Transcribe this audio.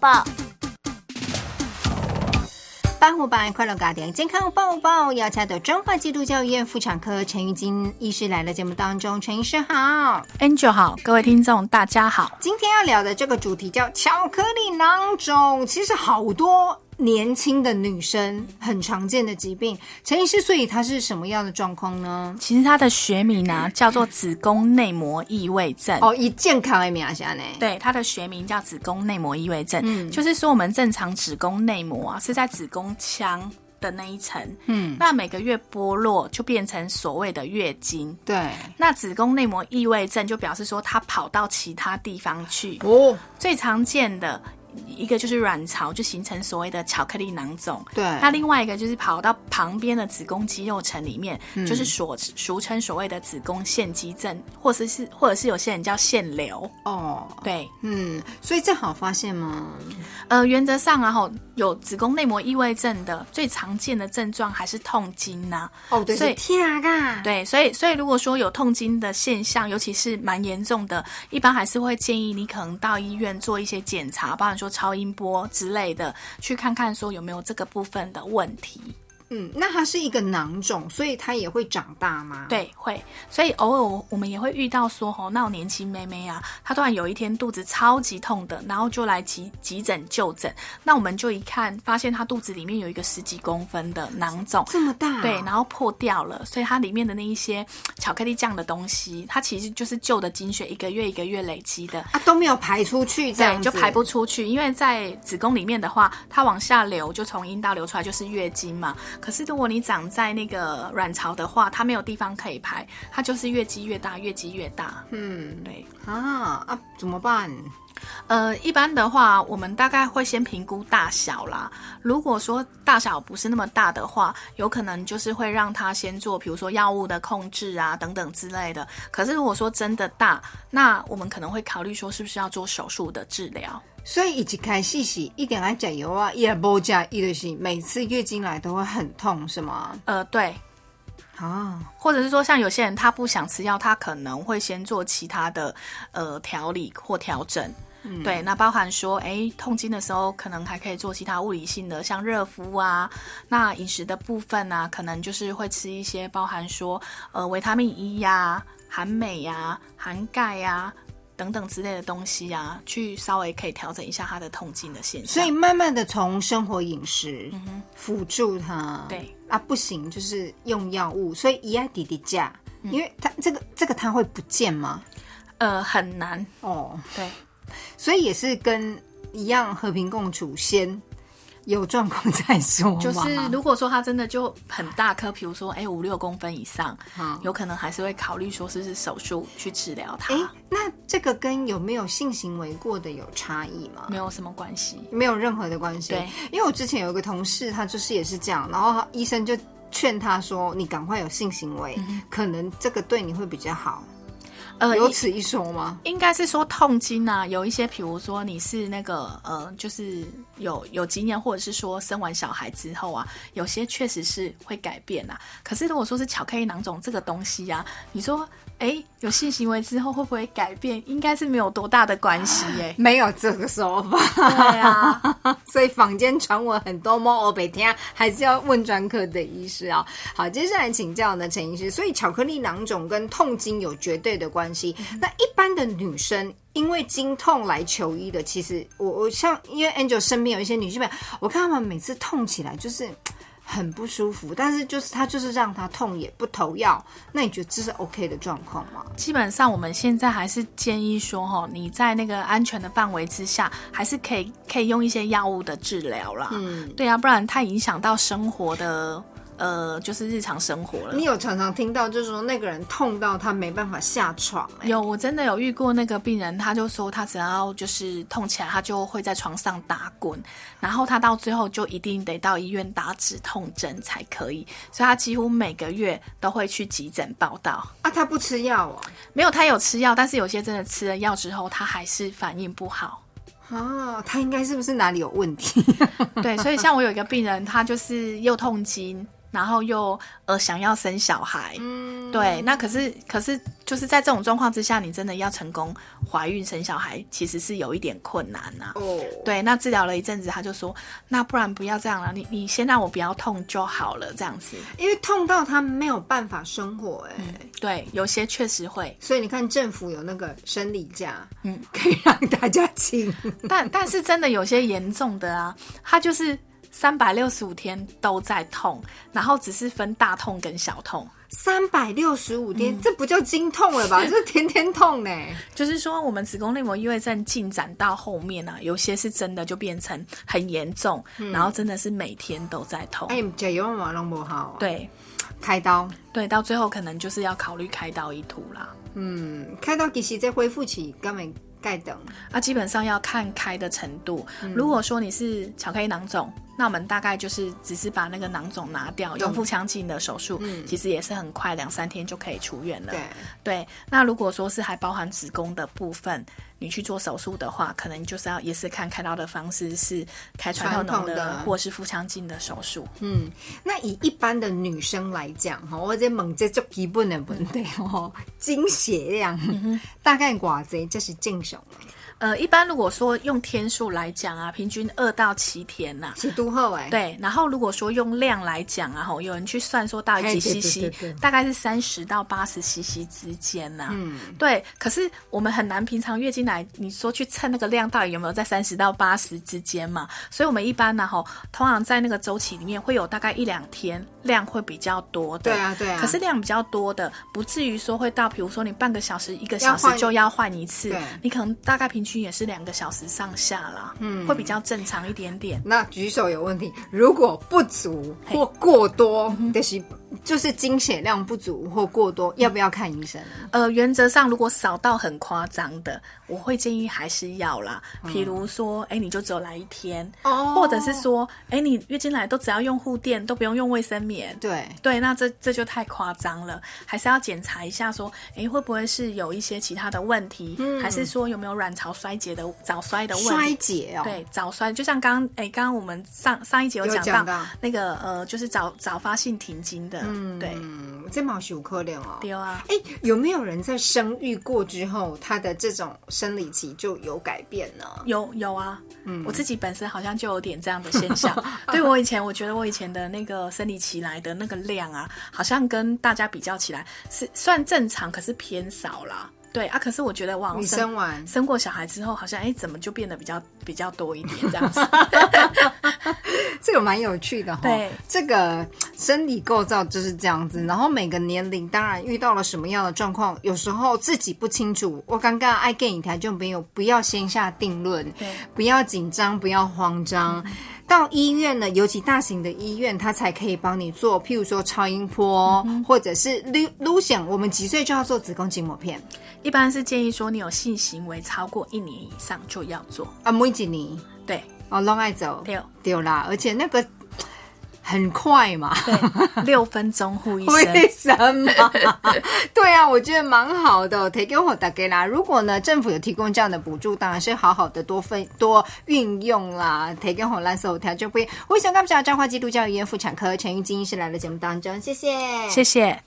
报。八虎版快乐嘎点健康报报，邀请到中华基督教医院妇产科陈玉金医师来了节目当中，陈医师好。 Angel 好，各位听众大家好。今天要聊的这个主题叫巧克力囊肿，其实好多年轻的女生很常见的疾病。陈医师，所以它是什么样的状况呢？其实它的学名呢、叫做子宫内膜异位症。哦，以健康为名下呢？对，它的学名叫子宫内膜异位症，嗯就是说我们正常子宫内膜啊是在子宫腔的那一层，嗯，那每个月剥落就变成所谓的月经。对，那子宫内膜异位症就表示说它跑到其他地方去，哦，最常见的一个就是卵巢就形成所谓的巧克力囊肿，对那另外一个就是跑到旁边的子宫肌肉层里面，就是所俗称所谓的子宫腺肌症，或者是或者是有些人叫腺瘤。哦，对，嗯，所以这好发现吗？呃，原则上啊，吼，有子宫内膜异位症的最常见的症状还是痛经呐、哦，对，所以是天啊嘎，对，所以所以如果说有痛经的现象，尤其是蛮严重的，一般还是会建议你可能到医院做一些检查，包含说超音波之类的，去看看说有没有这个部分的问题。嗯，那它是一个囊肿，所以它也会长大吗？，对，会。所以偶尔我我们也会遇到说，吼，那种年轻妹妹啊，她突然有一天肚子超级痛的，然后就来急急诊就诊。那我们就一看，发现她肚子里面有一个十几公分的囊肿，这么大，对，然后破掉了，所以它里面的那一些巧克力酱的东西，它其实就是旧的经血一个月一个月累积的，啊都没有排出去，这对，样就子排不出去，因为在子宫里面的话，它往下流就从阴道流出来就是月经嘛。可是如果你长在那个卵巢的话，它没有地方可以排，它就是越积越大，越积越大。嗯对，啊啊，怎么办？呃，一般的话，我们大概会先评估大小啦。如果说大小不是那么大的话，有可能就是会让它先做，比如说药物的控制啊等等之类的。可是如果说真的大，那我们可能会考虑说是不是要做手术的治疗。所以一直开始是一点爱加油啊，一点不加，一就是每次月经来都会很痛，是吗？呃，对，啊，或者是说，像有些人他不想吃药，他可能会先做其他的呃调理或调整。嗯对，那包含说，哎，痛经的时候可能还可以做其他物理性的，像热敷啊。那饮食的部分呢、可能就是会吃一些包含说，呃，维他命 E 呀、含镁呀、含钙呀、等等之类的东西呀、去稍微可以调整一下他的痛经的现象。所以慢慢的从生活饮食、辅助它，嗯对啊，不行就是用药物，所以一爱滴滴加，嗯因为它这个这个它会不见吗？呃，很难。哦，对，所以也是跟一样和平共处，先有状况再说嘛，就是如果说它真的就很大颗，比如说哎五六公分以上，好有可能还是会考虑说是不是手术去治疗它哎，，那这个跟有没有性行为过的有差异吗？没有什么关系。没有任何的关系。对，因为我之前有一个同事，他就是也是这样，然后他医生就劝他说：“你赶快有性行为，可能这个对你会比较好。呃，有一此一说吗？、应该是说痛经啊，有一些，比如说你是那个呃，就是有有经验，或者是说生完小孩之后啊，有些确实是会改变啊。可是如果说是巧克力囊肿这个东西啊，你说哎有性行为之后会不会改变？应该是没有多大的关系耶没有这个说法，对啊。所以坊间传闻很多猫耳北天，还是要问专科的医师啊。好，接下来请教呢陈医师，所以巧克力囊肿跟痛经有绝对的关系。那一般的女生因为经痛来求医的，其实我我像因为 Angel 身边有一些女性朋友，我看她们每次痛起来就是。很不舒服，但是就是她就是让她痛也不投药，那你觉得这是 OK 的状况吗？基本上我们现在还是建议说，哈，你在那个安全的范围之下，还是可以可以用一些药物的治疗啦。嗯，对啊，不然太影响到生活的，呃，就是日常生活了你。有常常听到就是说那个人痛到他没办法下床、欸，有，我真的有遇过那个病人，他就说他只要就是痛起来，他就会在床上打滚，然后他到最后就一定得到医院打止痛针才可以，所以他几乎每个月都会去急诊报道。啊，他不吃药哦。没有，他有吃药，但是有些真的吃了药之后，他还是反应不好。啊，他应该是不是哪里有问题？对，所以像我有一个病人，他就是又痛经，然后又呃想要生小孩，嗯，对，那可是可是就是在这种状况之下，你真的要成功怀孕生小孩，其实是有一点困难呐、哦，对，那治疗了一阵子，他就说，那不然不要这样了，你你先让我不要痛就好了，这样子。 因为痛到他没有办法生活、哎、对，有些确实会，所以你看政府有那个生理假，嗯，可以让大家 请。但但是真的有些严重的啊，他就是三百六十五天都在痛，然后只是分大痛跟小痛。三百六十五天，这不叫经痛了 吧？这是天天痛呢、就是说，我们子宫内膜异位症进展到后面啊，有些是真的就变成很严重，然后真的是每天都在痛。嗯哎、欸，解药嘛弄不好，，啊对开刀，对，到最后可能就是要考虑开刀一途啦。嗯，开刀其实再恢复期根本该等。啊，基本上要看开的程度。嗯如果说你是巧克力囊肿，那我们大概就是只是把那个囊肿拿掉，用腹腔镜的手术，其实也是很快，两三天就可以出院了。嗯对，对，那如果说是还包含子宫的部分，你去做手术的话，可能就是要也是看开刀的方式是开传传统统囊的啊的或是腹腔镜的手术。嗯，那以一般的女生来讲，哈，我这问这足基本的问题哦，经血量、大概寡贼，这是正常的，呃，一般如果说用天数来讲啊，平均二到七天呐、是都好哎。，对，然后如果说用量来讲啊，吼，有人去算说大哎概对几对 CC，对对大概是三十到八十 CC 之间呐、嗯，对。可是我们很难平常月经来，你说去称那个量到底有没有在三十到八十之间嘛？所以我们一般呢、啊吼，通常在那个周期里面会有大概一两天量会比较多的。对啊对啊可是量比较多的，不至于说会到，比如说你半个小时、一个要小时换就要换一次对，你可能大概平均也是两个小时上下啦，嗯，会比较正常一点点。那举手有问题，如果不足或过多，就是嗯就是经血量不足或过多，要不要看医生？呃，原则上如果少到很夸张的，我会建议还是要啦。比如说，哎、你就只有来一天，嗯哦或者是说，哎、你月经来都只要用护垫，都不用用卫生棉。对，对，那这这就太夸张了，还是要检查一下，说，哎，会不会是有一些其他的问题，还是说有没有卵巢衰竭的早衰的问题？嗯衰竭哦，对，早衰就像刚刚哎，刚刚我们上上一节有有讲讲到到那个呃，就是早早发性停经的，嗯，对，嗯，这毛有可怜哦。丢啊，哎，有没有人在生育过之后，她的这种生理期就有改变 呢？有有啊，嗯我自己本身好像就有点这样的现 象。对我以前，我觉得我以前的那个生理期来的那个量啊，好像跟大家比较起来是算正常，可是偏少啦。对啊，可是我觉得哇，你我生完生过小孩之后，好像哎、怎么就变得比较比较多一点这 样子？这个蛮有趣的哈、哦对这个生理构造就是这样子，然后每个年龄当然遇到了什么样的状况，有时候自己不清楚。我刚刚爱跟你台就没有，不要先下定论对，不要紧张，不要慌张。到医院呢，尤其大型的医院，它才可以帮你做，譬如说超音波，或者是撸撸显。我们几岁就要做子宫颈抹片一般是建议说你有性行为超过一年以上就要做。啊？每一年对，哦，拢爱走对对啦，而且那个很快嘛。对，六分钟护一生。为什么？对啊，我觉得蛮好的，提供我大给啦。如果呢，政府有提供这样的补助，当然是好好的多分多运用啦。提供我蓝色条就不一。我想感谢彰化基督教医院妇产科陈玉金医师来了节目当中，谢谢，谢谢。